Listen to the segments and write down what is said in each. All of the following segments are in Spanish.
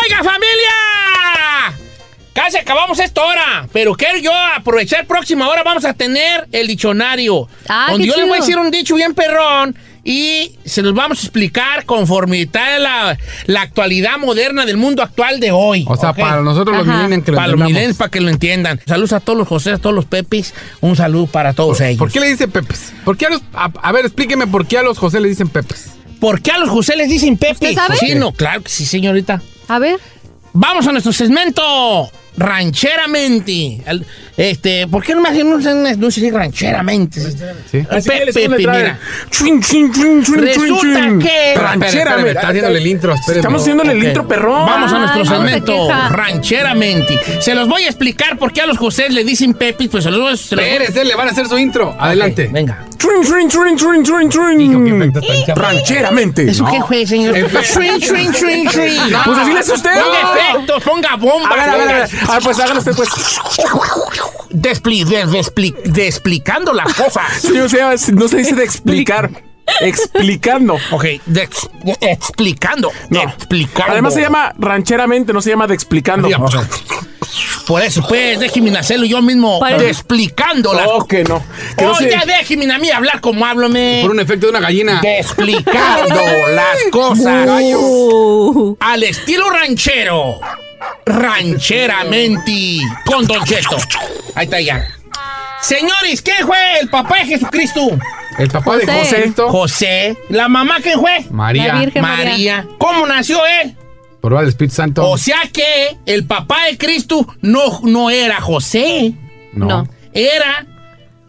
¡Oiga, familia! Casi acabamos esta hora, pero quiero yo aprovechar próxima hora. Vamos a tener el diccionario. Ah, donde qué yo les voy a chido. decir un dicho bien perrón y se los vamos a explicar conforme está la, la actualidad moderna del mundo actual de hoy. O sea, ¿ok? para nosotros los Ajá. millennials que lo Para los entendamos. millennials, para que lo entiendan. Saludos a todos los José, a todos los Pepis. Un saludo para todos ellos. ¿Por qué le dice Pepes? ¿Por qué a los... A, a ver, explíqueme por qué a los José le dicen Pepes. ¿Por qué a los José les dicen Pepis? ¿Usted sabe? Sí, no, claro que sí, señorita. A ver. Vamos a nuestro segmento rancheramente. Al- Este, ¿por qué no me hacen un segmento no sé si rancheramente? Sí. Así que Pepe, les pone Pepe, traje. mira. Chun, chun, chun, chun, Resulta chun, chun. que- Espérame, Ranchera, espérame, me- está haciéndole el intro, espérame. Estamos haciéndole el Ok. intro, perrón. Vamos a nuestro Ay, no se segmento queja. rancheramente. Se los voy a explicar por qué a los José le dicen Pepe, pues se los voy a... se los voy a- Espérese, le van a hacer su intro. Ok, Adelante. Venga. Chun, chun, chun, chun, chun, chun. Hijo, qué efecto tan chafa. Rancheramente. ¿Eso No. qué fue, señor? Shrin, shrin, shrin, shrin. Pues así le hace usted. Ponga efectos, ponga bombas. A ver, a ver, a ver. ponga- A ver, pues hágalo usted, pues. Despli, de- despli- desplicando las cosas. Sí, o sea, no se dice de explicar. Explicando. Ok, dex- explicando. No. Explicando. Además se llama rancheramente, no se llama de explicando. Ok. Por eso, pues, déjeme hacerlo yo mismo Para- explicando las Oh, que no. Que no se- Oiga, déjeme a mí hablar como hablo, me. Por un efecto de una gallina. Explicando las cosas. Al estilo ranchero. Rancheramente. Con Don Cheto. Ahí está ya. Señores, ¿quién fue el papá de Jesucristo? El papá de José. José. esto. José. ¿La mamá quién fue? María. La Virgen. María. María. ¿Cómo nació él? Por el Espíritu Santo. O sea que el papá de Cristo no, no era José, No. era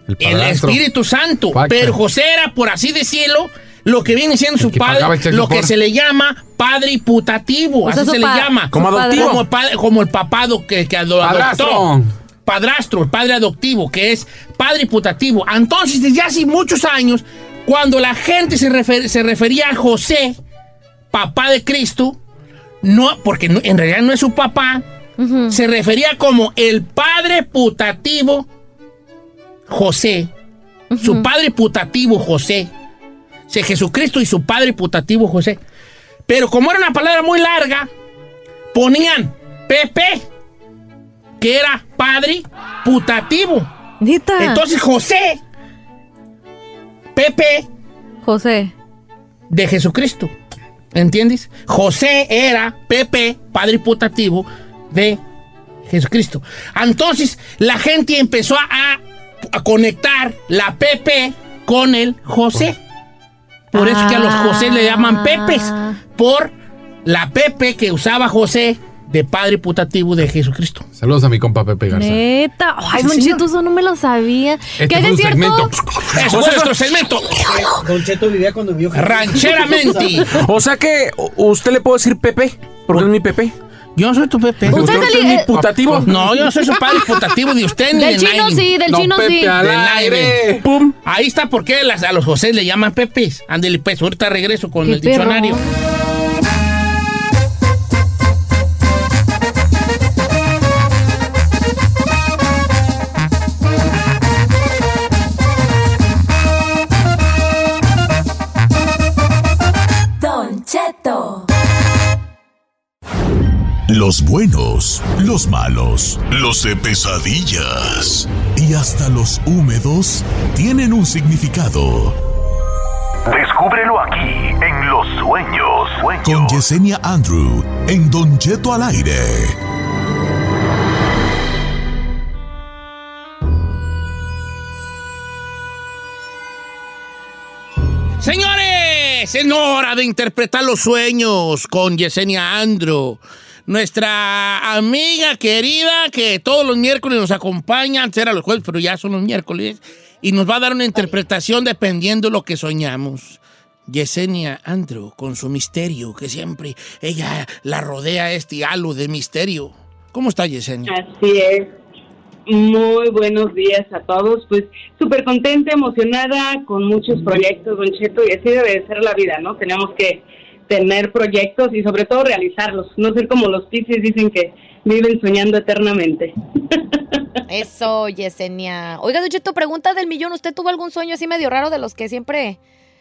el padrastro. Espíritu Santo. Paca. Pero José era, por así decirlo, lo que viene siendo su que pagaba el padre, cheque lo que por- se le llama padre putativo, O sea, así su se le pa- llama. su Como padre. adoptivo. Como, el padre- como el papado que, que ado- adoptó. Padrastro. Padrastro, el padre adoptivo, que es padre putativo. Entonces, desde hace muchos años, cuando la gente se, refer- se refería a José, papá de Cristo, no, porque no- en realidad no es su papá, se refería como el padre putativo José. Su padre putativo José. O sea, Jesucristo y su padre putativo José. Pero como era una palabra muy larga, ponían Pepe, que era padre putativo. Neta. Entonces José, Pepe, José. de Jesucristo. ¿Entiendes? José era Pepe, padre putativo de Jesucristo. Entonces la gente empezó a, a conectar la Pepe con el José. Por eso que a los José le llaman Pepes. Ah. Por la Pepe que usaba José de padre putativo de Jesucristo. Saludos a mi compa Pepe Garza. Neta. Ay, Sí, Don señor. Cheto, eso no me lo sabía. Este ¿Qué fue es un cierto? segmento. Eso es nuestro segmento. Don Cheto vivía cuando vio Rancheramente. O sea que u- usted le puedo decir Pepe, porque es mi Pepe. Yo soy tu Pepe. Usted es es el- eh, mi putativo. No, yo no soy su padre putativo de usted ni de Del chino nadie. sí, del Don chino Pepe sí. al Del aire. aire. Pum. Ahí está porque las, a los José le llaman Pepes. Ándele, pues, ahorita regreso con Qué el diccionario. perro. Lo Los buenos, los malos, los de pesadillas y hasta los húmedos tienen un significado. Descúbrelo aquí en Los Sueños. Sueños. Con Yesenia Andrew en Don Cheto al aire. Señores, es hora de interpretar los sueños con Yesenia Andro, nuestra amiga querida que todos los miércoles nos acompaña, antes era los jueves, pero ya son los miércoles, y nos va a dar una interpretación dependiendo lo que soñamos. Yesenia Andro, con su misterio, que siempre ella la rodea este halo de misterio. ¿Cómo está Yesenia? Así es. Muy buenos días a todos. Pues súper contenta, emocionada, con muchos proyectos, Don Cheto, y así debe de ser la vida, ¿no? Tenemos que tener proyectos y sobre todo realizarlos, no ser como los piscis dicen que viven soñando eternamente. Eso, Yesenia. Oiga, Don Cheto, pregunta del millón. ¿Usted tuvo algún sueño así medio raro de los que siempre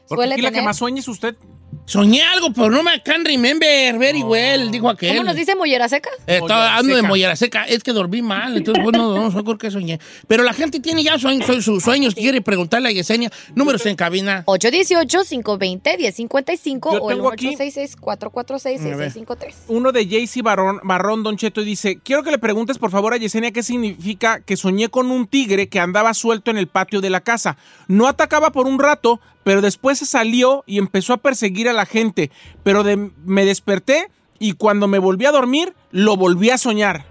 Porque suele aquí la tener? que más sueña es usted. Soñé algo, pero no me can remember very well, dijo aquel. Oh. ¿Cómo nos dice mollera seca? Eh, Estaba Mollera hablando de seca. mollera seca. Es que dormí mal, entonces bueno, no sé por qué soñé. Pero la gente tiene ya sueños, su- sus sueños. Quiere preguntarle a Yesenia. Números en cabina. 818-520-1055 Yo o el tengo aquí- 866-446-6653. Uno de JC Barrón, Barrón Don Cheto y dice, quiero que le preguntes por favor a Yesenia qué significa que soñé con un tigre que andaba suelto en el patio de la casa. No atacaba por un rato, pero después se salió y empezó a perseguir a la gente. Pero de- me desperté y cuando me volví a dormir, lo volví a soñar.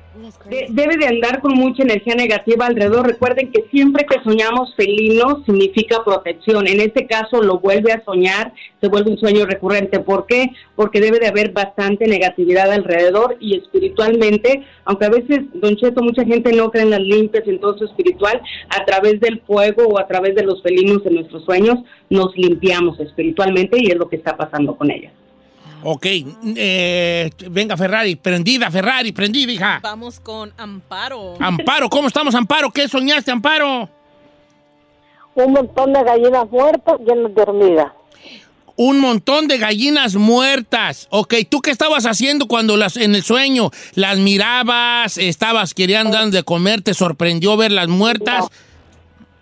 De- debe de andar con mucha energía negativa alrededor. Recuerden que siempre que soñamos felino significa protección. En este caso lo vuelve a soñar, se vuelve un sueño recurrente. ¿Por qué? Porque debe de haber bastante negatividad alrededor y espiritualmente, aunque a veces, don Cheto, mucha gente no cree en las limpias, entonces espiritual, a través del fuego o a través de los felinos en nuestros sueños, nos limpiamos espiritualmente y es lo que está pasando con ella. Ok. eh, venga, Ferrari. Prendida, Ferrari, prendida, hija. Vamos con Amparo. Amparo, ¿cómo estamos, Amparo? ¿Qué soñaste, Amparo? un montón de gallinas muertas llenas de hormigas. Un montón de gallinas muertas. Ok, ¿tú qué estabas haciendo cuando las en el sueño las mirabas? ¿Estabas querían dar de comer? ¿Te sorprendió verlas muertas?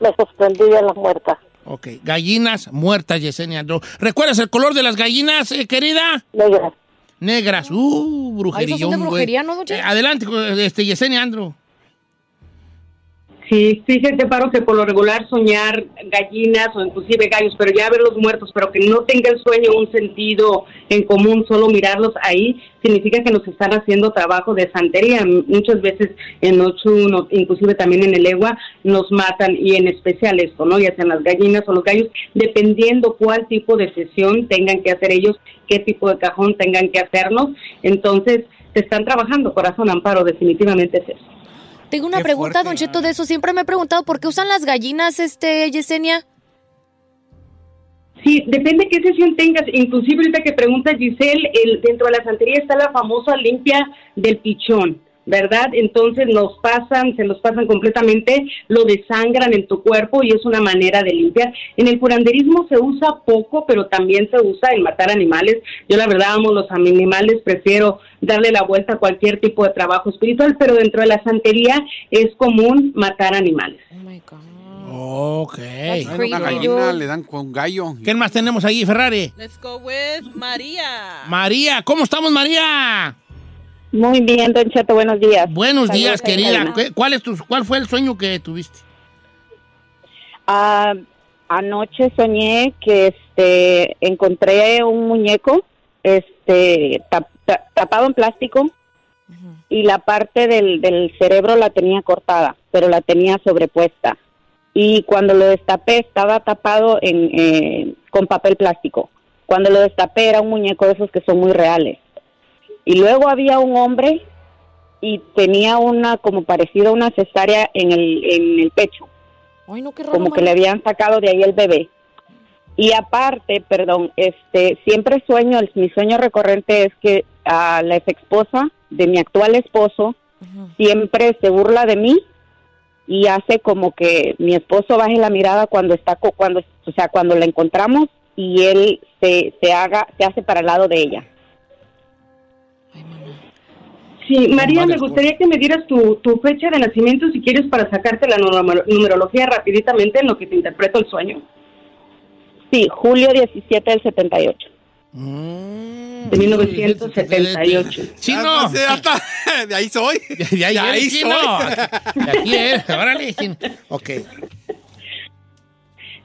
Me sorprendí de las muertas. Ok, gallinas muertas, Yesenia Andro. ¿Recuerdas el color de las gallinas, eh, querida? Negras. Negras. Uh, brujería. Ay, ¿esos son de brujería, no, Eh, Don Cheto? ah, adelante, este, Yesenia Andro. Sí, fíjate, Paro, que por lo regular soñar gallinas o inclusive gallos, pero ya verlos muertos, pero que no tenga el sueño un sentido en común, solo mirarlos ahí, significa que nos están haciendo trabajo de santería. M- Muchas veces en Ochun, o inclusive también en el Egua, nos matan, y en especial esto, ¿no? Ya sean las gallinas o los gallos, dependiendo cuál tipo de sesión tengan que hacer ellos, qué tipo de cajón tengan que hacernos. Entonces, te están trabajando, corazón, amparo, definitivamente es eso. Tengo una Qué pregunta, fuerte, Don Cheto, de eso. Siempre me he preguntado por qué usan las gallinas, este, Yesenia. Sí, depende qué sesión tengas. Inclusive ahorita que pregunta Giselle, el, dentro de la santería está la famosa limpia del pichón, ¿verdad? Entonces nos pasan, se nos pasan completamente, lo desangran en tu cuerpo y es una manera de limpiar. En el curanderismo se usa poco, pero también se usa en matar animales. Yo la verdad amo los animales, prefiero darle la vuelta a cualquier tipo de trabajo espiritual, pero dentro de la santería es común matar animales. Oh, my God. Ok. That's Una creepy. gallina le dan con gallo. ¿Qué más tenemos ahí, Ferrari? Let's go with María. María, ¿cómo estamos, María? Muy bien, Don Cheto, buenos días. Buenos Saludos, días, señora querida. Elena. ¿Qué- ¿Cuál, es tu, ¿Cuál fue el sueño que tuviste? Ah, anoche soñé que este encontré un muñeco este tap- ta- tapado en plástico y la parte del, del cerebro la tenía cortada, pero la tenía sobrepuesta. Y cuando lo destapé estaba tapado en, eh, con papel plástico. Cuando lo destapé era un muñeco de esos que son muy reales. Y luego había un hombre y tenía una como parecido a una cesárea en el, en el pecho Ay, no, qué raro. como que le María. habían sacado de ahí el bebé. Y aparte, perdón, este, siempre sueño, el- mi sueño recurrente es que a la ex esposa de mi actual esposo siempre se burla de mí y hace como que mi esposo baje la mirada cuando está co- cuando o sea, cuando la encontramos y él se, se haga se hace para el lado de ella. Sí, María, me gustaría que me dieras tu, tu fecha de nacimiento si quieres para sacarte la numa- numerología rapiditamente en lo que te interpreto el sueño. Sí, julio 17 del 78. De 1978. Chino. De ahí soy. De ahí, De ahí eres, chino. soy. De aquí eres. Órale, chino. Ok.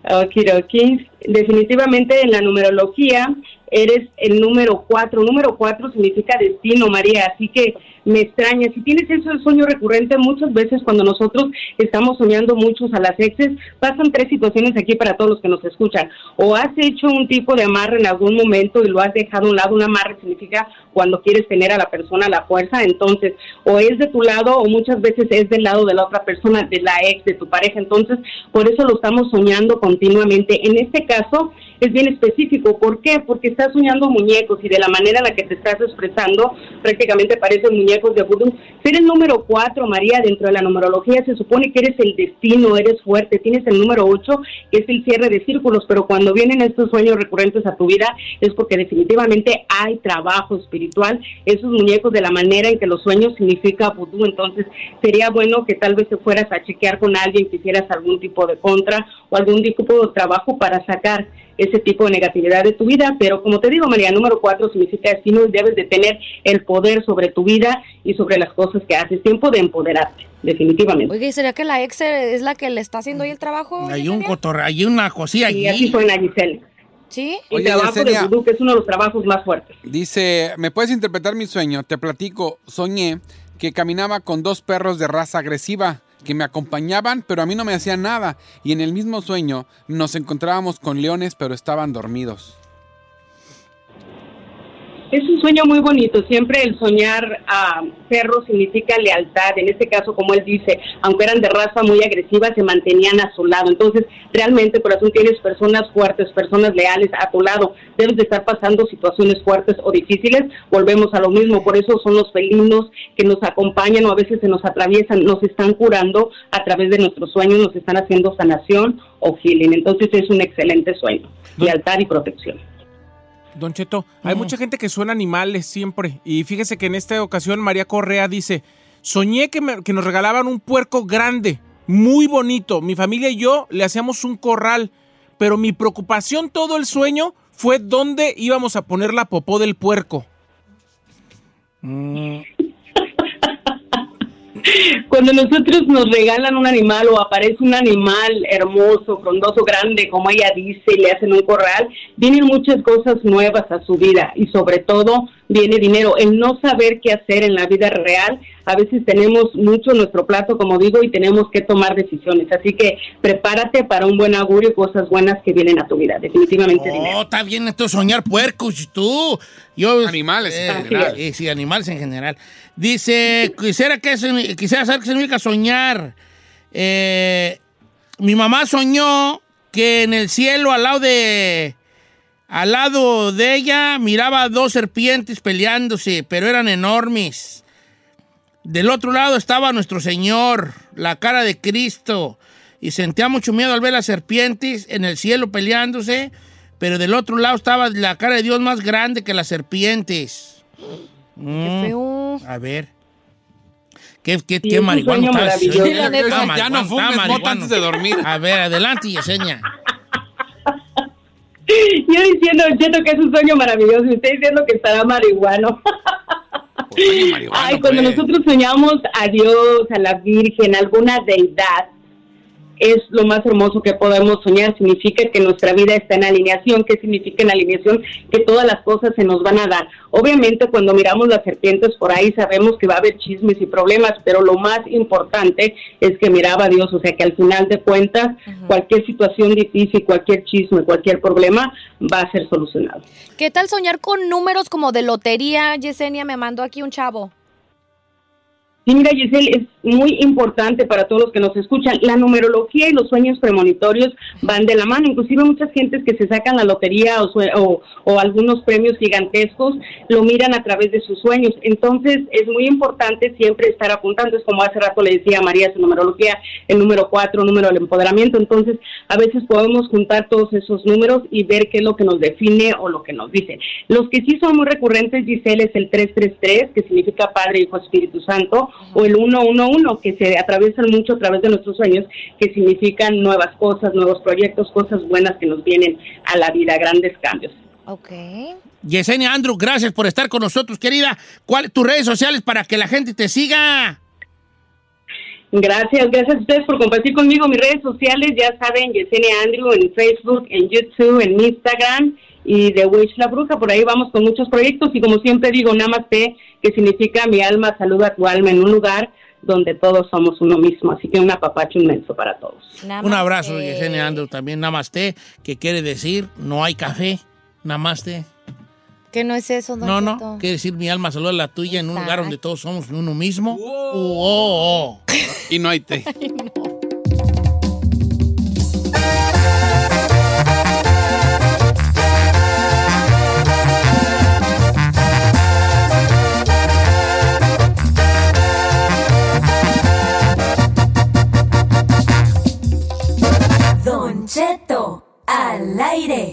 Okidoki. Definitivamente en la numerología eres el número cuatro. Número cuatro significa destino, María. Así que me extraña. Si tienes eso de sueño recurrente, muchas veces cuando nosotros estamos soñando muchos a las exes, pasan tres situaciones aquí para todos los que nos escuchan. O has hecho un tipo de amarre en algún momento y lo has dejado a un lado. Un amarre significa cuando quieres tener a la persona a la fuerza. Entonces, o es de tu lado o muchas veces es del lado de la otra persona, de la ex, de tu pareja. Entonces, por eso lo estamos soñando continuamente. En este caso es bien específico. ¿Por qué? Porque estás soñando muñecos y de la manera en la que te estás expresando prácticamente parecen muñecos de vudú. Ser el número cuatro, María, dentro de la numerología se supone que eres el destino, eres fuerte. Tienes el número ocho, que es el cierre de círculos, pero cuando vienen estos sueños recurrentes a tu vida es porque definitivamente hay trabajo espiritual. Esos muñecos de la manera en que los sueños significa vudú, entonces sería bueno que tal vez te fueras a chequear con alguien, que hicieras algún tipo de contra o algún tipo de trabajo para sacar ese tipo de negatividad de tu vida, pero como te digo, María, número cuatro significa destino y debes de tener el poder sobre tu vida y sobre las cosas que haces. Tiempo de empoderarte, definitivamente. Oye, ¿y ¿sería que la ex es la que le está haciendo hoy el trabajo? Hay un cotorra, hay una cosilla allí. Y así suena Giselle. ¿Sí? El Oye, trabajo Yesenia. de vudú, que es uno de los trabajos más fuertes. Dice, ¿me puedes interpretar mi sueño? Te platico, soñé que caminaba con dos perros de raza agresiva que me acompañaban, pero a mí no me hacían nada. Y en el mismo sueño nos encontrábamos con leones, pero estaban dormidos. Es un sueño muy bonito. Siempre el soñar a perro significa lealtad. En este caso, como él dice, aunque eran de raza muy agresiva, se mantenían a su lado. Entonces, realmente, corazón, tienes personas fuertes, personas leales a tu lado. Debes de estar pasando situaciones fuertes o difíciles. Volvemos a lo mismo. Por eso son los felinos que nos acompañan o a veces se nos atraviesan. Nos están curando a través de nuestros sueños, nos están haciendo sanación o healing. Entonces, es un excelente sueño. Lealtad y protección. Don Cheto, hay mucha gente que suena animales siempre. Y fíjese que en esta ocasión María Correa dice, soñé que, me- que nos regalaban un puerco grande, muy bonito. Mi familia y yo le hacíamos un corral, pero mi preocupación todo el sueño fue dónde íbamos a poner la popó del puerco. Cuando nosotros nos regalan un animal o aparece un animal hermoso, frondoso, grande, como ella dice, y le hacen un corral, vienen muchas cosas nuevas a su vida y sobre todo viene dinero. El no saber qué hacer en la vida real, a veces tenemos mucho en nuestro plato, como digo, y tenemos que tomar decisiones. Así que prepárate para un buen augurio y cosas buenas que vienen a tu vida, definitivamente dinero. No, está bien esto soñar puercos, tú. Yo, animales en general. sí, animales en general. Dice, quisiera, que, signi- quisiera saber qué significa soñar. Eh, mi mamá soñó que en el cielo al lado de... Al lado de ella miraba dos serpientes peleándose, pero eran enormes. Del otro lado estaba nuestro Señor, la cara de Cristo, y sentía mucho miedo al ver las serpientes en el cielo peleándose, pero del otro lado estaba la cara de Dios más grande que las serpientes. Mm, A ver. Qué, qué, Sí, qué es un marihuano sueño estás, maravilloso. Yesenia. La neta. Está Ya no marihuano, fumes está mota marihuano. antes de dormir. A ver, adelante, Yesenia. Yo diciendo, Cheto, que es un sueño maravilloso y usted diciendo que estará marihuano. Ay, cuando nosotros soñamos a Dios, a la Virgen, a alguna deidad, es lo más hermoso que podemos soñar. Significa que nuestra vida está en alineación. ¿Qué significa en alineación? Que todas las cosas se nos van a dar. Obviamente, cuando miramos las serpientes por ahí, sabemos que va a haber chismes y problemas, pero lo más importante es que miraba a Dios. O sea, que al final de cuentas, cualquier situación difícil, cualquier chisme, cualquier problema va a ser solucionado. ¿Qué tal soñar con números como de lotería? Yesenia me mandó aquí un chavo. Sí, mira, Giselle, es muy importante para todos los que nos escuchan. La numerología y los sueños premonitorios van de la mano. Inclusive muchas gentes que se sacan la lotería o, sue- o- o algunos premios gigantescos lo miran a través de sus sueños. Entonces, es muy importante siempre estar apuntando. Es como hace rato le decía a María, su numerología, el número 4, número del empoderamiento. Entonces, a veces podemos juntar todos esos números y ver qué es lo que nos define o lo que nos dice. Los que sí son muy recurrentes, Giselle, es el 333, que significa Padre, Hijo, Espíritu Santo, o el 111, que se atraviesan mucho a través de nuestros sueños, que significan nuevas cosas, nuevos proyectos, cosas buenas que nos vienen a la vida, grandes cambios. Ok. Yesenia Andrew, gracias por estar con nosotros, querida. ¿Cuál tus redes sociales para que la gente te siga? Gracias, gracias a ustedes por compartir conmigo mis redes sociales. Ya saben, Yesenia Andrew en Facebook, en YouTube, en Instagram y The Witch La Bruja. Por ahí vamos con muchos proyectos y como siempre digo, Namaste, que significa mi alma saluda a tu alma en un lugar donde todos somos uno mismo. Así que un apapacho inmenso para todos. Un abrazo, Yesenia Andrew, también Namaste, que quiere decir no hay café, Namaste. Que no es eso, don No, Cheto. no, quiere decir mi alma saluda a la tuya en un lugar donde todos somos uno mismo. Oh, oh, oh. Y no hay té. Don Cheto, al aire.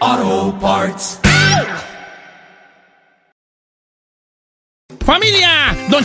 Auto Parts. ¡Familia! Don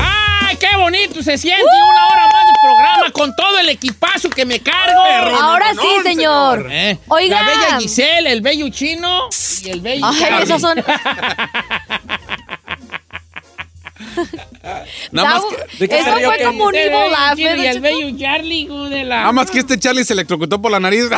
¡Ay, qué bonito se siente! Una hora más de programa con todo el equipazo que me cargo. Ahora sí, señor. Eh, Oiga. La bella Giselle, el bello chino y el bello Ay, Charlie. esos son. Nada más Dabo- que- ¿de qué Eso se rió fue que- como un El evil bello laugh, chino ¿eh, y el don Cheto? bello Charlie, hijo de la- Nada más que este Charlie se electrocutó por la nariz.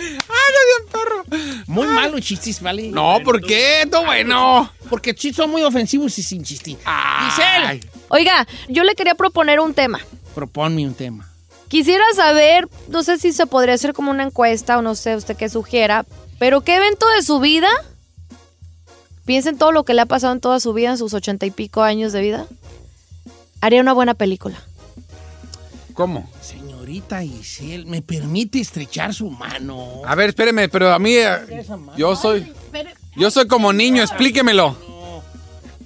¡Ay, no bien perro! Muy malos chistes, ¿vale? Ah. No, ¿por qué? No, bueno. Porque sí son muy ofensivos y sin chiste. Giselle, Oiga, yo le quería proponer un tema. proponme un tema. Quisiera saber, no sé si se podría hacer como una encuesta o no sé usted qué sugiera, pero ¿qué evento de su vida? Piensa en todo lo que le ha pasado en toda su vida, en sus ochenta y pico años de vida. Haría una buena película. ¿Cómo? señorita Giselle me permite estrechar su mano. A ver, espéreme, pero a mí. eh, Yo soy. Yo soy como niño, explíquemelo.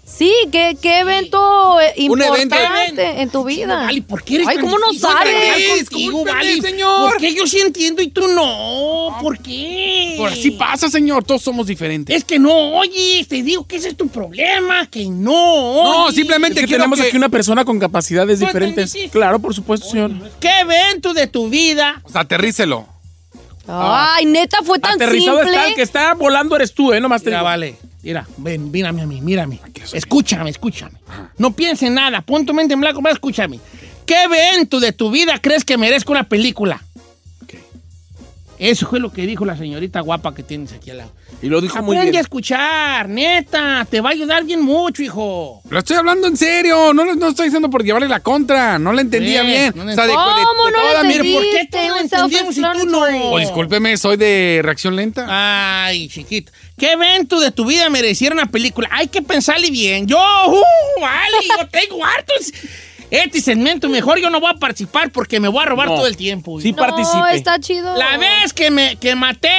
Sí, ¿qué, qué evento eh, Un evento. importante en tu vida? Vale, ¿por qué eres Ay, tan ¿cómo no difícil de hablar sabes? contigo, vale? ¿Por qué yo sí entiendo y tú Ah, no? ¿Por qué? Por así pasa, señor. Todos somos diferentes. Es que no oye, te digo que ese es tu problema, que no. No, oyes. simplemente Que Pues, quiero tenemos que- aquí una persona con capacidades ¿No diferentes. entendiste? Claro, por supuesto, señor. ¿Qué evento de tu vida? O sea, aterrícelo. Ah, Ay, neta, fue tan Aterrizado simple. está, el que está volando eres tú, ¿eh? Nomás te Mira, digo. vale. Mira, ven, mírame a mí, mírame. Escúchame, escúchame. No piense en nada, pon tu mente en blanco, pero escúchame. ¿Qué evento de tu vida crees que merezca una película? Eso fue lo que dijo la señorita guapa que tienes aquí al lado. Y lo dijo muy Aprende a bien. escuchar, neta. Te va a ayudar bien mucho, hijo. Lo estoy hablando en serio. No, lo- no estoy diciendo por llevarle la contra. No la entendía Eh, bien. no o sea, de, de- ¿Cómo de no lo toda mi- entendiste? ¿por qué tú no Un entendíamos y tú no? self-explanatory. O discúlpeme, soy de reacción lenta. Ay, chiquito. ¿Qué evento de tu vida mereciera una película? Hay que pensarle bien. Yo, uh, vale, yo tengo hartos. Este segmento mejor yo no voy a participar porque me voy a robar No. todo el tiempo. Sí, No, participe. está chido. La vez que me que maté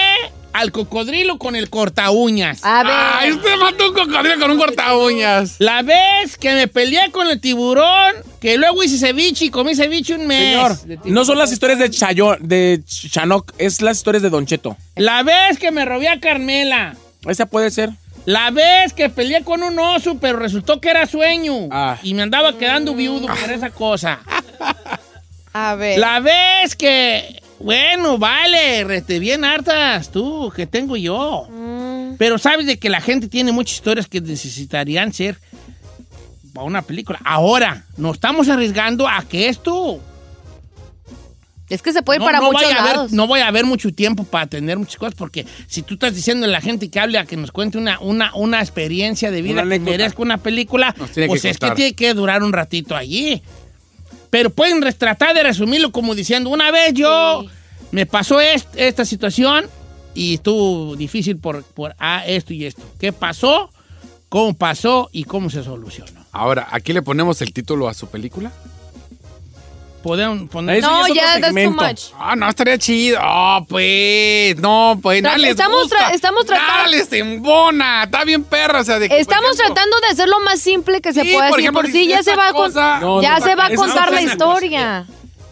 al cocodrilo con el corta uñas. A ver. Ay, usted mató un cocodrilo con un corta uñas. La vez que me peleé con el tiburón, que luego hice ceviche y comí ceviche un mes. Señor, no son las historias de Chayo, de Ch- Chanoc, es las historias de Don Cheto. La vez que me robé a Carmela. Esa puede ser. La vez que peleé con un oso, pero resultó que era sueño. Ah. Y me andaba quedando viudo por esa cosa. A ver. La vez que. Bueno, vale, rete bien hartas tú, que tengo yo. Pero sabes de que la gente tiene muchas historias que necesitarían ser para una película. Ahora, nos estamos arriesgando a que esto. Es que se puede ir No, para no muchos vaya a haber- lados. no voy a haber mucho tiempo para atender muchas cosas, porque si tú estás diciendo a la gente que hable a que nos cuente una, una, una experiencia de vida Una que anécdota. merezca una película, Nos pues tiene que es que contar. tiene que durar un ratito allí. Pero pueden res- tratar de resumirlo como diciendo, una vez yo me pasó est- esta situación y estuvo difícil por, por ah, esto y esto. ¿Qué pasó? ¿Cómo pasó? ¿Y cómo se solucionó? Ahora, ¿aquí le ponemos el título a su película? Podemos poner... Eso No, ya es otro ya, that's too segmento. much. Ah, no, estaría chido. Ah, pues. No, pues. Tra- Nada les estamos gusta. tra- estamos tratando- Nada les embona. Está bien perro. O sea, de que, por Estamos ejemplo- tratando de hacer lo más simple que se Sí, pueda por decir. ejemplo, Por sí, ya esta se va a con- cosa- No, ya no, se va a esa no contar es la una historia.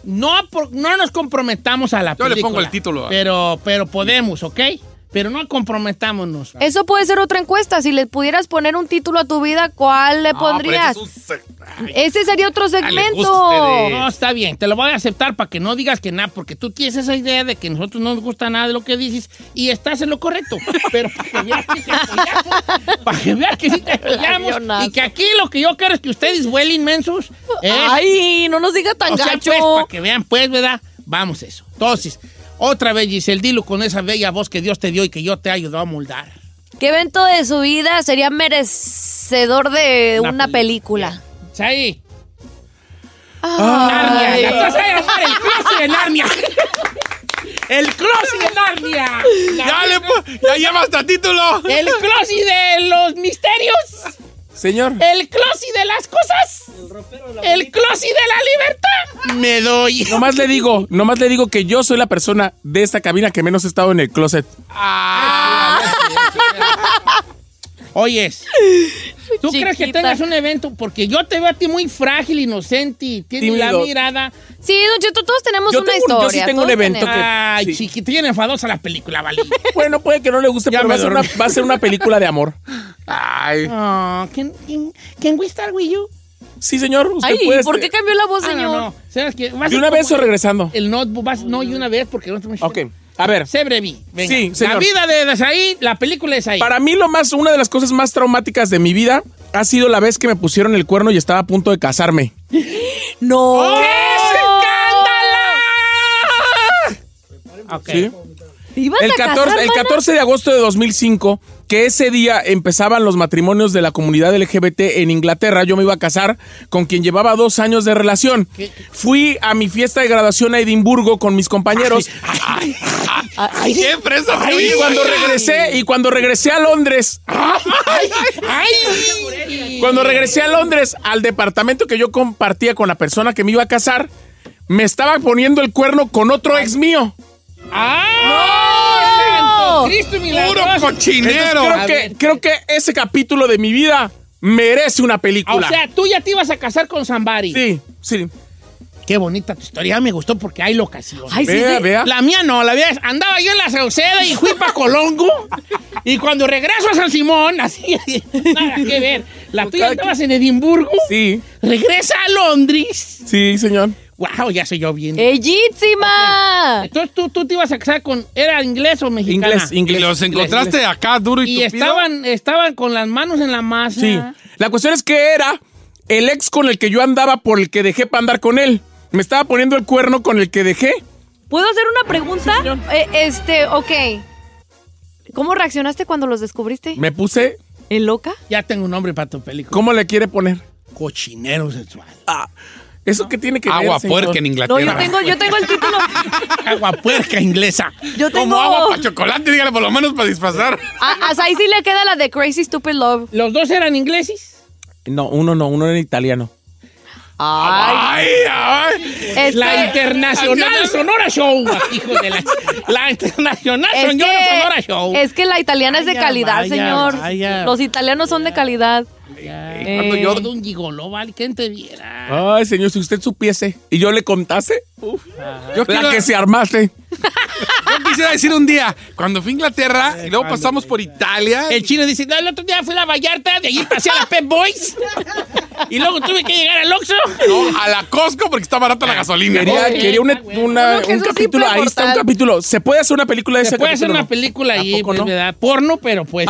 No, por- no nos comprometamos a la Yo le película. pongo el título. ¿eh? Pero, pero podemos, ¿ok? Pero no comprometámonos. Eso puede ser otra encuesta. Si le pudieras poner un título a tu vida, ¿cuál le No, pondrías? Ah, pero ese es un se- Ay, Ese sería otro gusta a segmento. ustedes. No, está bien, te lo voy a aceptar para que no digas que nada, porque tú tienes esa idea de que a nosotros no nos gusta nada de lo que dices y estás en lo correcto. Pero para que veas que te apoyamos, para que veas que sí te apoyamos Avionazo. y que aquí lo que yo quiero es que ustedes vuelen mensos. es- Ay, no nos diga tan o sea, gacho. pues, para que vean, pues, ¿verdad? Vamos eso. Entonces, otra vez, Giselle, dilo con esa bella voz que Dios te dio y que yo te he ayudado a moldar. ¿Qué evento de su vida sería merecedor de Una una, película? Chay. Narnia. La cosa era usar el closet de Narnia. El closet de Narnia. La- Ya le po- Ya lleva hasta título. El closet de los misterios. Señor. El closet de las cosas. El closet de la libertad. Me doy. Nomás le digo, nomás le digo que yo soy la persona de esta cabina que menos he estado en el closet. Ah. Oyes. ¿Tú crees que Chiquita. tengas un evento? Porque yo te veo a ti muy frágil, inocente y tienes la Tímido. mirada. Sí, Don Cheto, todos tenemos Yo una tengo un- historia. yo sí tengo un todos evento tenemos. que- Ay, sí. chiquita, bien enfadosa la película, vale. Bueno, puede que no le guste, Ya pero me va a, ser una, eh. dormí. va a ser una película de amor. Ay. Oh, can, can, can we start with you? Sí, señor. Usted Ay, puede ¿por ser- qué cambió la voz, Ah, señor? no, no. ¿Sabes qué? Va a ¿De ser una vez como o regresando? El notebook, vas- no, y una vez porque no tenemos Ok. A ver, Sé brevi. Venga. Sí, la señor. vida de Desaí, la película es ahí. para mí lo más, una de las cosas más traumáticas de mi vida ha sido la vez que me pusieron el cuerno y estaba a punto de casarme. No. Ok. Sí. ¿Te ibas El a 14, casar, el mana? 14 de agosto de 2005, que ese día empezaban los matrimonios de la comunidad LGBT en Inglaterra, yo me iba a casar con quien llevaba dos años de relación. Fui a mi fiesta de graduación a Edimburgo con mis compañeros. Ay, siempre eso. y cuando regresé, y cuando regresé a Londres, ¡Ay! ¡Ay! cuando regresé a Londres al departamento que yo compartía con la persona que me iba a casar, me estaba poniendo el cuerno con otro ex mío. ¡Oh! ¡Ah! ¡Oh! ¡Cristo ¡Puro milagroso! cochinero! A Creo que, ver, creo que ese capítulo de mi vida merece una O película. sea, tú ya te ibas a casar con Zambari. Sí, sí. Qué bonita tu historia, me gustó porque hay locación. Ay, sí, Vea, sí. vea. La mía no, la mía es, andaba yo en la Sauceda y fui para Colongo y cuando regreso a San Simón, así, nada que ver. La tuya andabas en Edimburgo. Sí. Regresa a Londres. Sí, señor. Wow, ya soy yo bien. ¡Ellísima! Entonces ¿tú, tú te ibas a casar con, ¿era inglés o mexicano? Inglés, inglés. Y los encontraste Inglés. acá duro y, Y tupido. estaban, estaban con las manos en la masa. Sí. La cuestión es que era el ex con el que yo andaba por el que dejé para andar con él. Me estaba poniendo el cuerno con el que dejé. ¿Puedo hacer una pregunta? Eh, este, ok. ¿Cómo reaccionaste cuando los descubriste? Me puse. ¿En loca? Ya tengo un nombre para tu película. ¿Cómo le quiere poner? Cochinero sexual. Ah, ¿Eso qué tiene que ver? Agua señor? puerca en No, Inglaterra. yo tengo, yo tengo el título. Agua puerca inglesa. Yo tengo. Como agua para chocolate, dígale por lo menos para disfrazar. A, a Sai sí le queda la de Crazy Stupid Love. ¿Los dos eran ingleses? No, uno no, uno era italiano. Ah. ¡Ay, ay! Este- La Internacional Sonora Show. Hijo de la... la Internacional Es Sonora, Sonora Show. que, es que la italiana es de Vaya, calidad, vaya, señor. vaya. Los italianos son de calidad. Cuando Eh. yo de un gigoló, vale, ¿quién te viera? Ay, señor, si usted supiese y yo le contase, uf, Yo la quiero- que se armaste. Yo quisiera decir un día, cuando fui a Inglaterra y luego pasamos por Italia. El chino dice, no, el otro día fui a la Vallarta, de allí pasé a la Pep Boys. y luego tuve que llegar al Oxxo. No, a la Costco porque está barata la gasolina. Quería, quería una- una- Uno que un es un capítulo, simple ahí está un mortal. capítulo. ¿Se puede hacer una película de Se ese puede hacer capítulo? una película ¿A ahí, poco pues, no? ¿verdad? Porno, pero pues...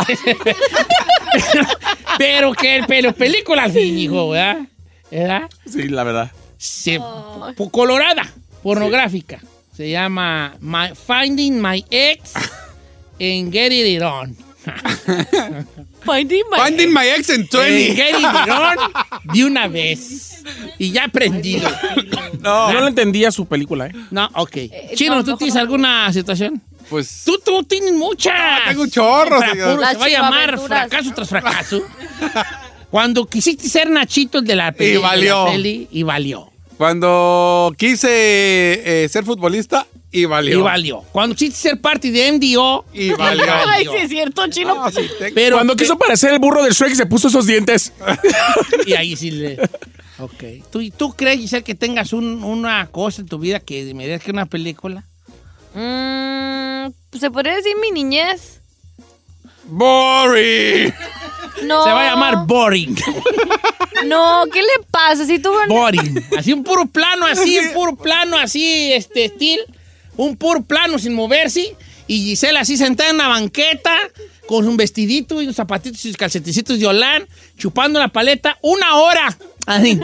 pero que pero película al fin, hijo, ¿verdad? ¿Verdad? Sí, la verdad. Se- po- colorada, pornográfica. Se llama My- Finding My Ex and Get It On. Finding my- Finding my ex en Eh, 20. Get It On de una vez. Y ya aprendido. Yo no le entendía su película, ¿eh? No, ok. Chino, no, ¿tú no, tienes no. alguna situación? Pues Tú, tú tienes muchas. tengo un chorro, Fra- señor. puro, Se Las va a llamar chivaventuras. fracaso tras fracaso. Cuando quisiste ser Nachito el de la peli. Y valió. de la peli, y valió. Eh. cuando quise eh, ser futbolista y Y valió. valió. Cuando quisiste ser parte de MDO. Y valió. Ay, sí es cierto, chino. Ah, sí, te- Pero Cuando que- quiso parecer el burro del Shrek, se puso esos dientes. Y ahí sí le. Ok. ¿Tú, tú crees, Giselle, que tengas un- una cosa en tu vida que merezca una película? Mm, ¿Se podría decir mi niñez? Boring. No. Se va a llamar Boring. No, ¿qué le pasa? Si tuvo una- Boring. Así un puro plano, así, un puro plano, así, este estilo. Un puro plano sin moverse. Y Giselle así sentada en la banqueta, con un vestidito y unos zapatitos y sus calcetecitos de Olan, chupando la paleta, una hora. Así.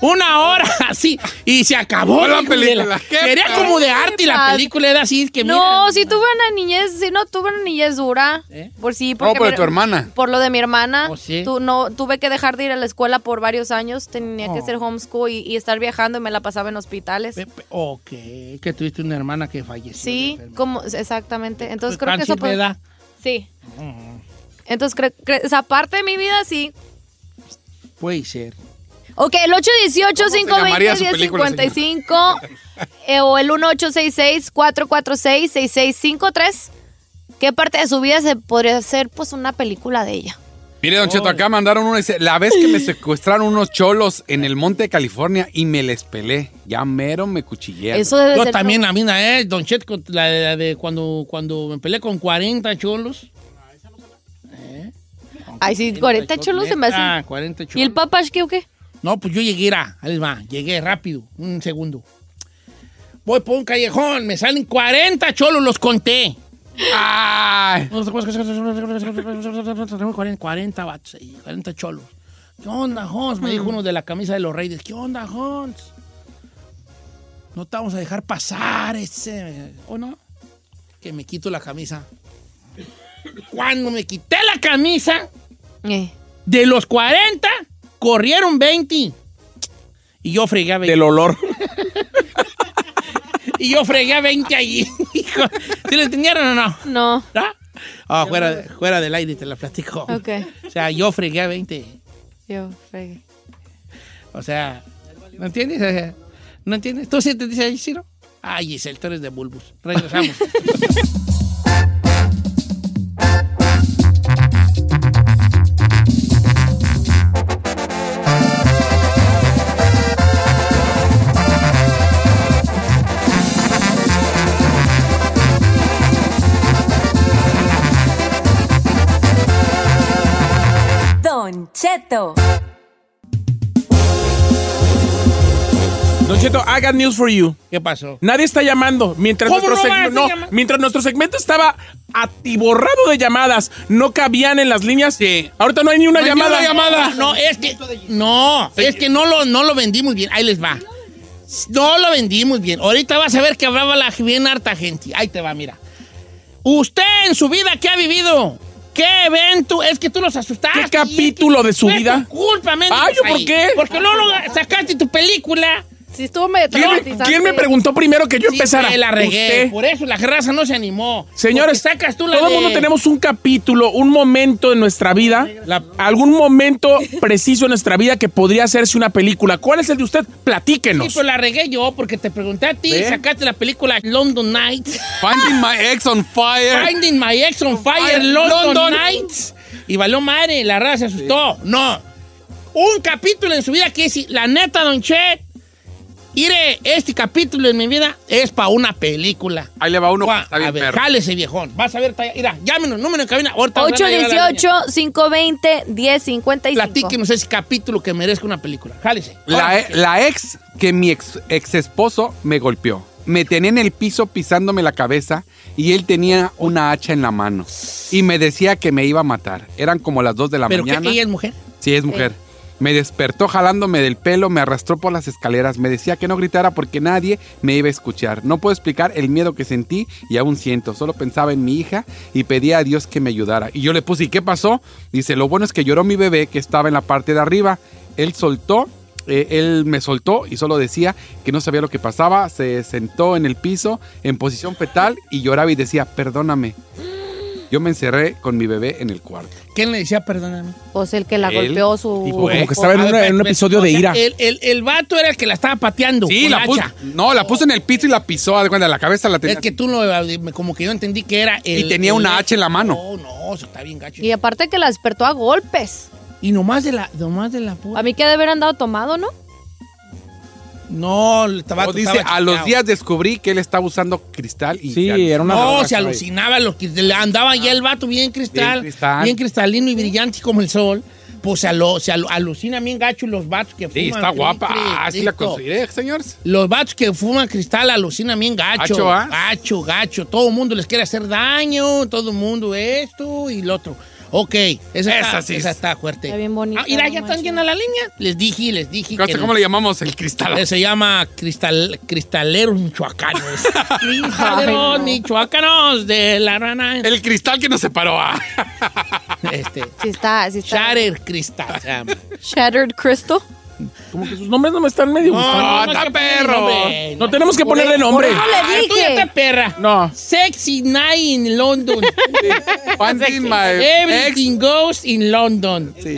una hora, así. Y se acabó La hijo de película. Qué Quería padre. como de arte y la película era así, que No, mira. si tuve una niñez, si no tuve una niñez dura. ¿Eh? Por sí, No, porque pero me- tu hermana. Por lo de mi hermana. Oh, sí. Tu- no, tuve que dejar de ir a la escuela por varios años. Tenía Oh. que hacer homeschool y, y estar viajando y me la pasaba en hospitales. Pepe, Ok, que tuviste una hermana que falleció. Sí, de como exactamente. Entonces creo que eso cáncer de fue- edad. Sí. Entonces, cre- cre- esa parte de mi vida sí. Puede ser. Ok, el 818 se llamaría su 520 película, 1055 eh, o el 1866 446 6653 ¿Qué parte de su vida se podría hacer pues una película de ella? Mire, Don Cheto, acá mandaron uno. Dice: La vez que me secuestraron unos cholos en el monte de California y me les pelé. Ya mero me cuchillearon. Eso debe Yo ser también, la mina, eh, Don Chet, con la, de- la de cuando, cuando me peleé con 40 cholos. Ay, sí, 40 cholos se me Ah, hacen. 40 cholos. ¿Y el papás qué o qué? No, pues yo llegué, era, ahí les va, llegué rápido, un segundo. Voy por un callejón, me salen 40 cholos, los conté. Ay. 40, 40 vatos ahí, 40 cholos. ¿Qué onda, Hons? Me dijo uno de la camisa de los reyes. ¿Qué onda, Hons? No te vamos a dejar pasar ese. ¿O no? Que me quito la camisa. Cuando me quité la camisa, Eh. de los 40, corrieron 20. Y yo fregué a 20. Del olor. Y yo fregué a 20 allí. Hijo, ¿Sí lo entendieron o no? No. ¿No? Ah, fuera, de- fuera del aire te la platico. Ok. O sea, yo fregué a 20. Yo fregué. O sea, ¿no entiendes? O sea, ¿No entiendes? ¿Tú sí entendiste ahí, Ciro? Ay, Giselle, tú eres de bulbos. Regresamos. Don Cheto. Don Cheto, I got news for you. ¿Qué pasó? Nadie está llamando. Mientras ¿Cómo nuestro, no va a segmento, estar no, llamando? mientras nuestro segmento estaba atiborrado de llamadas, no cabían en las líneas. Ahorita no hay ni una No hay ni llamada. eh, una llamada. No, es que. No, es que no lo, no lo vendí muy bien. Ahí les va. No lo vendí muy bien. Ahorita vas a ver que hablaba la bien harta gente. Ahí te va, mira. Usted en su vida, ¿qué ha vivido? ¿Qué evento? Es que tú los asustaste. ¿Qué capítulo de su Fue tu vida? Culpa, mendigos, Ay, ¿yo por ahí. qué? Porque no lo sacaste tu película. Si estuvo medio ¿Quién me- traumatizante. quién me preguntó primero que yo Sí, empezara? que la regué. Usted. Por eso la raza no se animó. Señores, Porque sacas tú la todo el de- mundo tenemos un capítulo, un momento en nuestra vida, la- algún momento preciso en nuestra vida que podría hacerse una película. ¿Cuál es el de usted? Sí, Platíquenos. pero la regué yo porque te pregunté a ti ¿Ve? sacaste la película London Nights. Finding my ex on fire. Finding My Ex on Fire, Fire, London, London. Nights. Y valió madre, la raza se asustó. No. Un capítulo en su vida que es, la neta, Don Chet, iré, este capítulo en mi vida es para una película. Ahí le va uno. Juan, Está bien, a ver, perro. jálese, viejón. Vas a ver, talla- mira, llámenos, número en cabina. ahorita van a llegar a la línea. 818-520-1055. Platíquenos ese capítulo que merezca una película. Jálese. La, e- la ex que mi ex, ex esposo me golpeó. Me tenía en el piso pisándome la cabeza y él tenía una hacha en la mano. Y me decía que me iba a matar. Eran como las 2 de la ¿Pero qué? mañana. ¿Ella es mujer? Sí, es mujer. Me despertó jalándome del pelo, me arrastró por las escaleras, me decía que no gritara porque nadie me iba a escuchar. No puedo explicar el miedo que sentí y aún siento. Solo pensaba en mi hija y pedía a Dios que me ayudara. Y yo le puse, ¿y qué pasó? Dice, lo bueno es que lloró mi bebé que estaba en la parte de arriba. Él soltó, eh, él me soltó y solo decía que no sabía lo que pasaba. Se sentó en el piso en posición fetal y lloraba y decía, perdóname. Yo me encerré con mi bebé en el cuarto. ¿Quién le decía perdóname? Pues el que la Él, golpeó su... tipo, como que esposa. estaba en A una- en un espérate, episodio de ira. El, el- el vato era el que la estaba pateando. Sí, con la puso. hacha. No, la puso en el piso y la pisó. haz de cuenta, la cabeza la tenía. Es que tú lo, como que yo entendí que era el, y tenía el- una hacha en la mano. No, no, eso está bien gacho. Y aparte que la despertó a golpes. Y nomás de la, nomás de la pu- A mí que ha de haber andado tomado, ¿no? No, el tabaco O dice, estaba a los chiqueado". días descubrí que él estaba usando cristal y Sí, ya era una No, droga, se caray. alucinaba lo que le andaba ya el vato bien cristal, bien, Bien cristal. cristalino y brillante como el sol. Pues se, alo- se alo- alucina bien gacho los vatos que fuman. Sí, está guapa. cri- cri- Ah, sí la cristo. conseguiré, señores. Los vatos que fuman cristal alucinan bien gacho. Gacho, ¿ah? Gacho, gacho. Todo el mundo les quiere hacer daño, todo el mundo esto y lo otro. Ok, esa, Esa está, sí esa es. está fuerte. Está bien bonita. Ah, mira, no ya están manches. bien a la línea. Les dije, les dije. Conste, que ¿Cómo le llamamos el cristal? Eh, Se llama cristal, Cristaleros Michoacanos. Ay, no. cristaleros Michoacanos de la rana. El cristal que nos separó. ah. Este, Sí está, sí está. Shatter Cristal. se llama. Shattered Crystal. Como que sus nombres no me están medio gustando. no, hay está que ponerle perro. nombre. No tenemos que ponerle nombre. eso le Ah, tú dije. ya te perra. No. Sexy Night in London. Finding my ex. Everything goes in London. Este,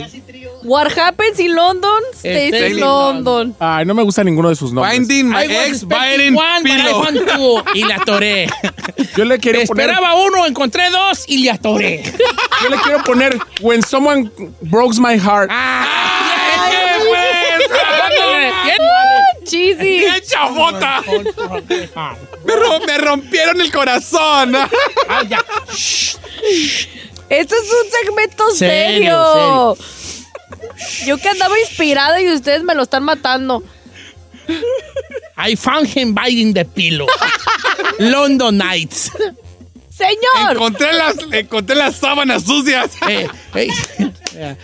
What happens in London Este, stays Stays in in London. Ay, no me gusta ninguno de sus nombres. Finding my I was ex. expecting Biden one, but I Pillow. found two, y la toré. Yo le quiero poner. Esperaba uno, encontré dos y la toré. Yo le quiero poner When Someone Breaks My Heart. ¡Ah! ¡Qué Cheesy. ¡Qué chafota! Me, ro- me rompieron el corazón. Ah, ya. Esto Este es un segmento serio. Serio, Yo que andaba inspirada y ustedes me lo están matando. I found him biting the pillow. London Nights. Señor. encontré, las, encontré las sábanas sucias. Eh, eh.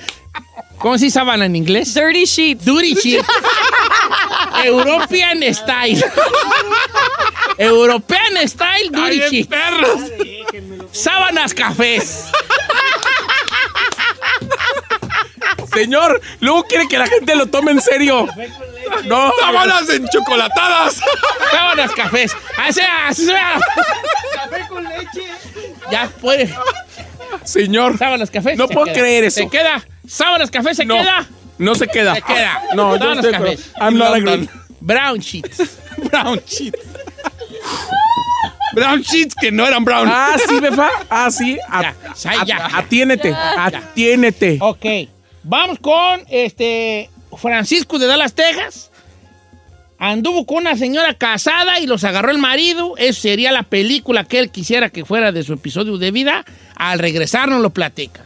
¿Cómo se dice sábana en inglés? Dirty sheets. Duty shit. European style. European style Ay, duty shit. perros! Sábanas cafés. Señor, luego quiere que la gente lo tome en serio. No, ¡Sábanas enchocolatadas! Sábanas cafés. Así, así sea. Café con leche. Ya puede. señor. Sábanas cafés. No se puedo queda. creer eso. Se queda. Sábanas cafés se No. queda. No se queda. Se queda. No, yo Sábanas estoy. cafés. I'm not agree. Brown sheets. brown sheets. brown sheets que no eran brown. Ah, sí, befa. Ah, sí. A- a- Atiénete. Atiénete. Ok. Vamos con este Francisco de Dallas, Texas. Anduvo con una señora casada y los agarró el marido. Eso sería la película que él quisiera que fuera de su episodio de vida. Al regresar nos lo platica.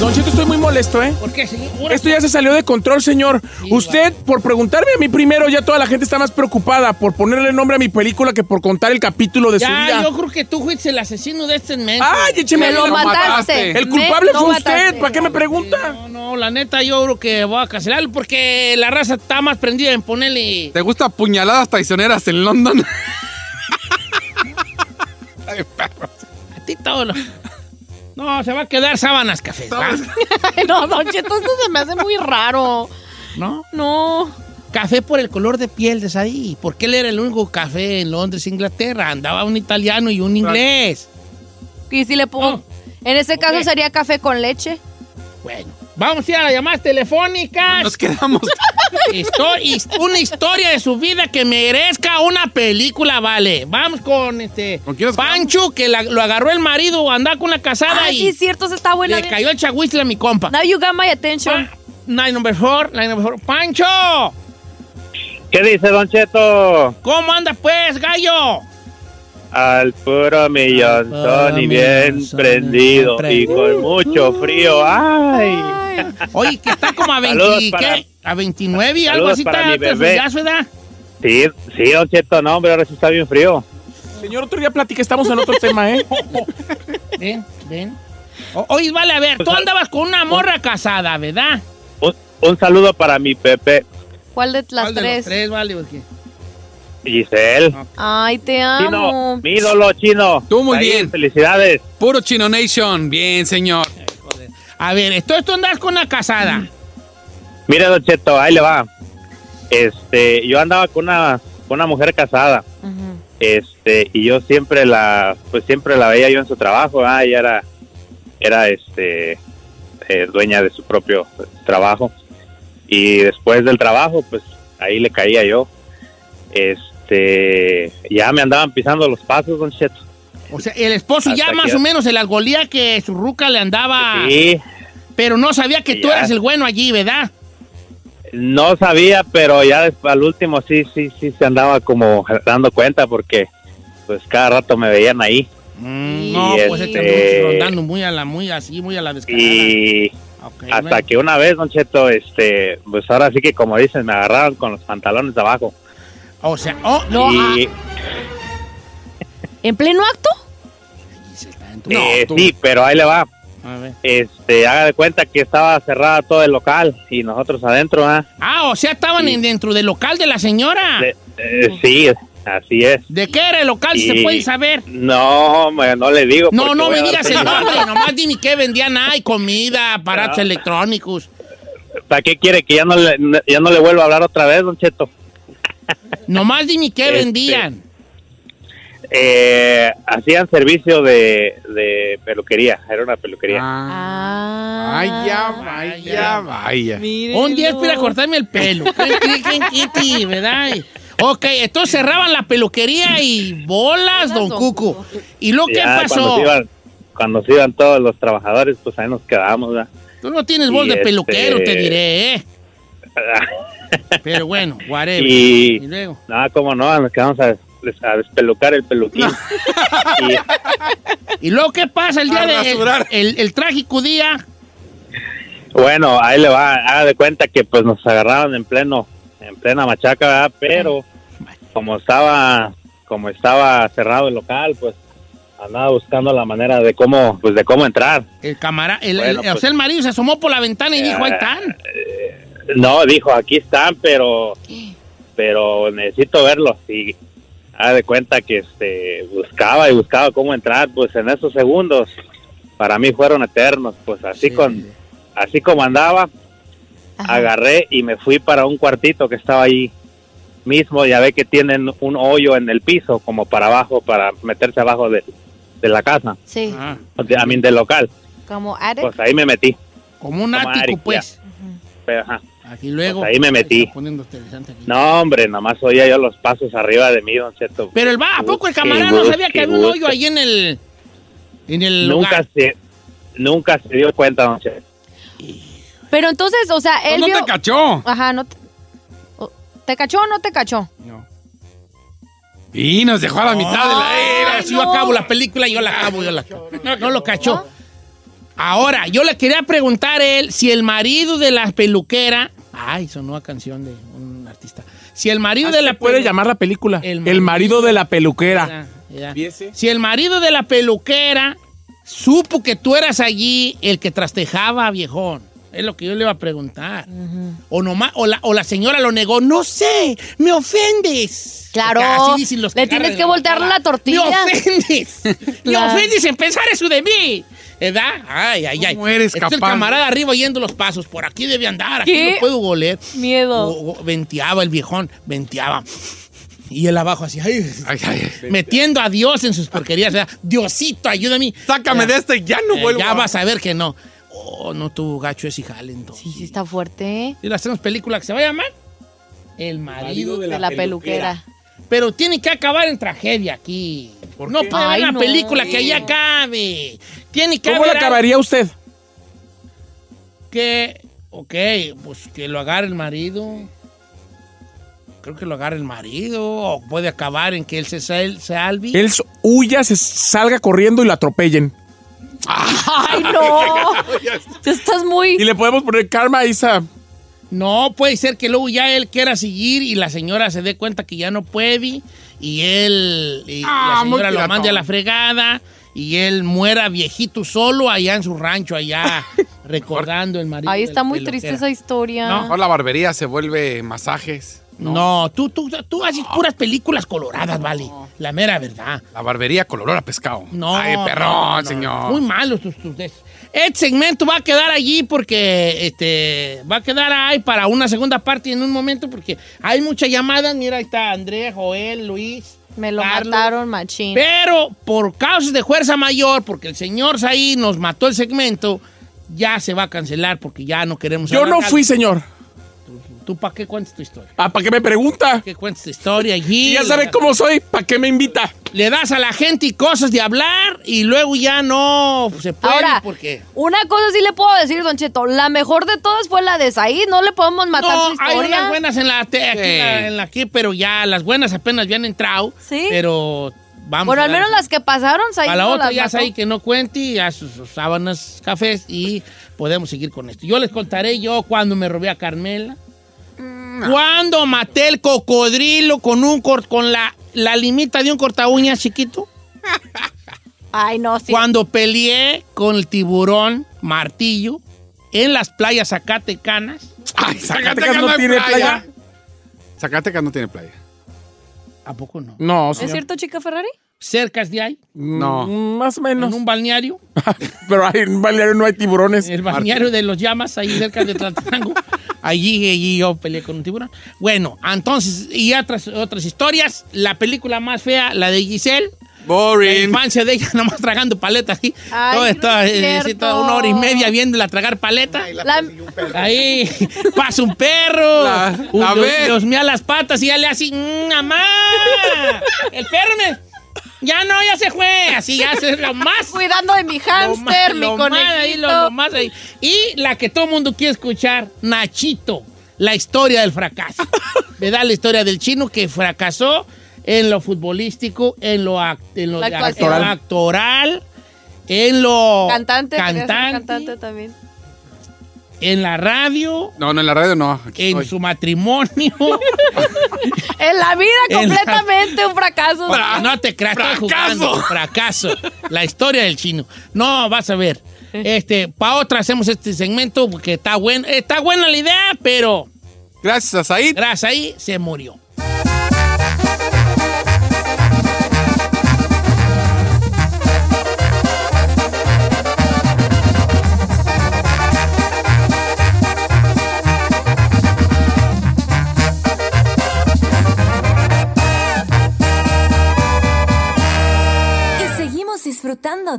Don Cheto, estoy muy molesto, ¿eh? ¿Por qué, señor? Esto ya se salió de control, señor. Usted, por preguntarme a mí primero, ya toda la gente está más preocupada por ponerle nombre a mi película que por contar el capítulo de su ya, vida. yo creo que tú fuiste el asesino de este men. ¡Ay, écheme a mí la culpa. El culpable fue usted. ¿Para qué me pregunta? No, no, la neta, yo creo que voy a cancelarlo porque la raza está más prendida en ponerle. ¿Te gusta puñaladas traicioneras en London? A ti todo lo- No, se va a quedar sábanas cafés. ¿va? no, Don Cheto, esto se me hace muy raro. ¿No? No. Café por el color de piel de ahí. Porque él era el único café en Londres, Inglaterra. Andaba un italiano y un inglés. Y si le pongo. En ese caso sería café con leche. Bueno, vamos a ir a las llamadas telefónicas. Nos quedamos. una historia de su vida que merezca una película, vale. Vamos con este Pancho, que la- lo agarró el marido, andaba con la casada Ah, y sí, es cierto, esa está buena. le cayó el chagüisle a mi compa. Now you got my attention. Nine number four, nine number four. ¡Pancho! ¿Qué dice Don Cheto? ¿Cómo anda pues, gallo? Al puro millón, y bien prendido Uh. y con mucho frío. Ah, ¡Ay! Oye, que está como a 20, Saludos para- ¿qué? A 29 y algo Saludos así para está mi bebé. perfumillazo, ¿verdad? Sí, sí, Don Cheto, no, hombre, ahora sí está bien frío. Señor, otro día platica, estamos en otro tema, ¿eh? Ven, ven. Pues, O- oye, vale, a ver, tú andabas con una morra casada, ¿verdad? Un, un saludo para mi Pepe ¿Cuál de las ¿Cuál de los tres? tres, vale? porque- Giselle. Ay, te amo. Chino, mi ídolo chino. Tú muy Ahí, bien. Felicidades. Puro Chino Nation. Bien, señor. A ver, esto, esto andas con una casada. Mira, Don Cheto, ahí le va. Este, yo andaba con una, con una mujer casada. Este, y yo siempre la, pues siempre la veía yo en su trabajo. Ah, ella era, era este, eh, dueña de su propio pues, trabajo. Y después del trabajo, pues ahí le caía yo. Este, ya me andaban pisando los pasos, Don Cheto. O sea, el esposo Hasta ya aquí más ya. o menos se la golía que su ruca le andaba. Sí. Pero no sabía que tú Ya. eras el bueno allí, ¿verdad? No sabía, pero ya des- al último sí, sí, sí se andaba como dando cuenta porque pues cada rato me veían ahí. no, Y pues este- este rondando muy a la, muy así, muy a la descarada. Y hasta bueno. que una vez, Don Cheto, este, pues ahora sí que como dicen, me agarraron con los pantalones de abajo. O sea, oh, no. y, ¿En pleno acto? eh, sí, pero ahí le va. A ver. Este, haga de cuenta que estaba cerrada todo el local y nosotros adentro, ¿ah? Ah, o sea, estaban en- dentro del local de la señora. De- eh, sí, así es. Ah. ¿De qué era el local? Si se Y- puede saber. No, hombre, no le digo. No, porque no voy me a dar digas el señal. nombre, nomás dime qué vendían ahí, comida, aparatos No. electrónicos. ¿Para qué quiere que ya no le, ya no le vuelva a hablar otra vez, Don Cheto? Nomás dime qué Este, vendían. Eh, hacían servicio de, de peluquería, era una peluquería. Ah. Vaya, vaya, vaya. Un día es para cortarme el pelo. Crin, crin, crin, crin, crin, ¿verdad? Y- Ok, entonces cerraban la peluquería y bolas, don Cuco. ¿Y lo que Ya Cuando pasó? se, iban, cuando se iban todos los trabajadores, pues ahí nos quedábamos. ¿verdad? Tú no tienes voz Y de este- peluquero, te diré, ¿eh? Pero bueno, whatever. Y, Eh, Y luego. no, cómo no, nos quedamos a, des- a despelucar el peluquín. ¿Y luego qué pasa el día A de el, rasurar. el- el trágico día? Bueno, ahí le va, haga de cuenta que pues nos agarraron en pleno, en plena machaca, ¿verdad? pero como estaba, como estaba cerrado el local, pues andaba buscando la manera de cómo, pues de cómo entrar. El camarada, el, Bueno, el- o pues- sea, el marido se asomó por la ventana y dijo, ahí están. No, dijo, aquí están, pero pero necesito verlos. Y haga de cuenta que este, buscaba y buscaba cómo entrar, pues en esos segundos para mí fueron eternos, pues así con así como andaba, agarré y me fui para un cuartito que estaba ahí mismo, ya ve que tienen un hoyo en el piso como para abajo para meterse abajo de, de la casa, Sí. o sea, a mí del local. Como Arek. Ah. Pues ahí me metí. Como un Como ático, Ari, pues. Pero, ajá. Y luego. Pues ahí me metí. Está poniendo interesante aquí. No, hombre, nomás oía yo los pasos arriba de mí, don Cheto. Pero el va, ¿a poco Busque, el camarada no sabía busque, que había un hoyo busque. ahí en el. En el. Nunca lugar? se, nunca se dio cuenta, don Cheto. Pero entonces, o sea, Pues él vio- cachó? Ajá, no te... o- ¿Te cachó o no te cachó? Y nos dejó a la mitad de la... Era, si yo acabo la película, yo la acabo, yo la acabo. No lo cachó. Ahora, yo le quería preguntar a él si el marido de la peluquera. Ay, sonó a canción de un artista. Si el marido de la Puede pelu- llamar la película. El marido, de la peluquera. Ya. Si el marido de la peluquera supo que tú eras allí el que trastejaba, viejón. Es lo que yo le iba a preguntar. O nomás, o la, o la señora lo negó. No sé, me ofendes. Claro. Porque así dicen los Le agarran tienes la que voltear patada. la tortilla. Me ofendes. me Claro. ofendes en pensar eso de mí. ¿Edad? Ay, ay, ay. ¿Cómo eres Está el capaz? camarada arriba oyendo los pasos. Por aquí debe andar, aquí ¿Qué? no puedo oler. Miedo. O- o- venteaba el viejón, venteaba. Y él abajo así, ay, metiendo a Dios en sus porquerías. ¿verdad? Diosito, ayúdame. Sácame de este, ya no Eh, vuelvo Ya a- vas a ver que no. Oh, no tuvo gacho ese jale entonces. Sí, sí está fuerte. Y le hacemos película que se va a llamar El marido, De la peluquera. Pero tiene que acabar en tragedia aquí. No qué? puede haber Ay, una no. película que ahí acabe. Tiene que ¿Cómo haber la acabaría algo usted? Que, ok, pues que lo agarre el marido. Creo que lo agarre el marido. O puede acabar en que él se, sal- se albi. Él s- huya, se salga corriendo y lo atropellen. Ah, ¡Ay, no! estás muy... Y le podemos poner karma Isa. No, puede ser que luego ya él quiera seguir y la señora se dé cuenta que ya no puede y él y Ah, la señora muy lo piratón. mande a la fregada y él muera viejito solo allá en su rancho allá recordando el marido. Ahí de la está muy peluquera. triste esa historia. No, mejor la barbería se vuelve Eh, masajes. No, tú, tú, tú haces puras películas coloradas, vale. La mera verdad. La barbería con olor a pescado. No. Ay, no, no, perrón, no. Ah. señor. Muy malos tus, tus de- Este segmento va a quedar allí porque este, va a quedar ahí para una segunda parte en un momento porque hay muchas llamadas. Mira, ahí está Andrés, Joel, Luis. Me lo Carlos. mataron, machín. Pero por causas de fuerza mayor, porque el señor Saí nos mató el segmento, ya se va a cancelar porque ya no queremos Yo no abarcar. fui, señor. ¿Tú para qué cuentas tu historia? Ah, ¿para qué me pregunta? Que cuentes tu historia allí. Y ya sabe cómo soy, ¿para qué me invita? Le das a la gente y cosas de hablar y luego ya no se puede Ahora, porque... Una cosa sí le puedo decir, Don Cheto. La mejor de todas fue la de Said. No le podemos matar su No, hay historia. unas buenas en la, te- aquí, Sí. en la aquí, pero ya las buenas apenas habían entrado. Sí. Pero vamos. bueno, a al dar- menos las que pasaron, Said. A la no otra las ya mató. es ahí que no cuente y a sus, sus sábanas cafés y podemos seguir con esto. Yo les contaré yo cuando me robé a Carmela. Cuando maté el cocodrilo con un cor- con la, la limita de un corta uñas chiquito. Ay, no, sí. Cuando peleé con el tiburón martillo en las playas Zacatecanas. Ay, Zacatecas no tiene playa. Zacatecas no tiene playa. ¿A poco no? No, ¿Es cierto, chica Ferrari? Cercas de ahí. No. Mm, Más o menos. En un balneario. Pero hay- en un balneario no hay tiburones. El balneario de los llamas, ahí cerca de Tlatenango. allí, allí yo peleé con un tiburón. Bueno, entonces, y otras, otras historias. La película más fea, la de Giselle. La Boring. infancia de ella nomás tragando paletas aquí. Ay, Todo no esto, es eh, cierto. sí, toda una hora y media viéndola tragar paleta. La- Ahí pasa un perro. La- un- la los- ve. los mea las patas y ya le hace, "Mm, mamá. El perro me... Ya no, ya se fue. Así ya se lo más Cuidando de mi hámster, mi lo más ahí, conejito. lo- lo más ahí. Y la que todo el mundo quiere escuchar, Nachito, la historia del fracaso. da La historia del chino que fracasó en lo futbolístico, en lo, ac- en lo La de- actuación. en lo actoral, en lo Cantante, quería ser cantante, cantante también. en la radio, No, no, en la radio no. Aquí en estoy. su matrimonio. En la vida En la- completamente un fracaso. no te creas, estoy jugando. Fracaso. La historia del chino. No, vas a ver. Este, para otra hacemos este segmento porque está bueno. Está buena la idea, pero Gracias a Said. gracias ahí se murió. disfrutando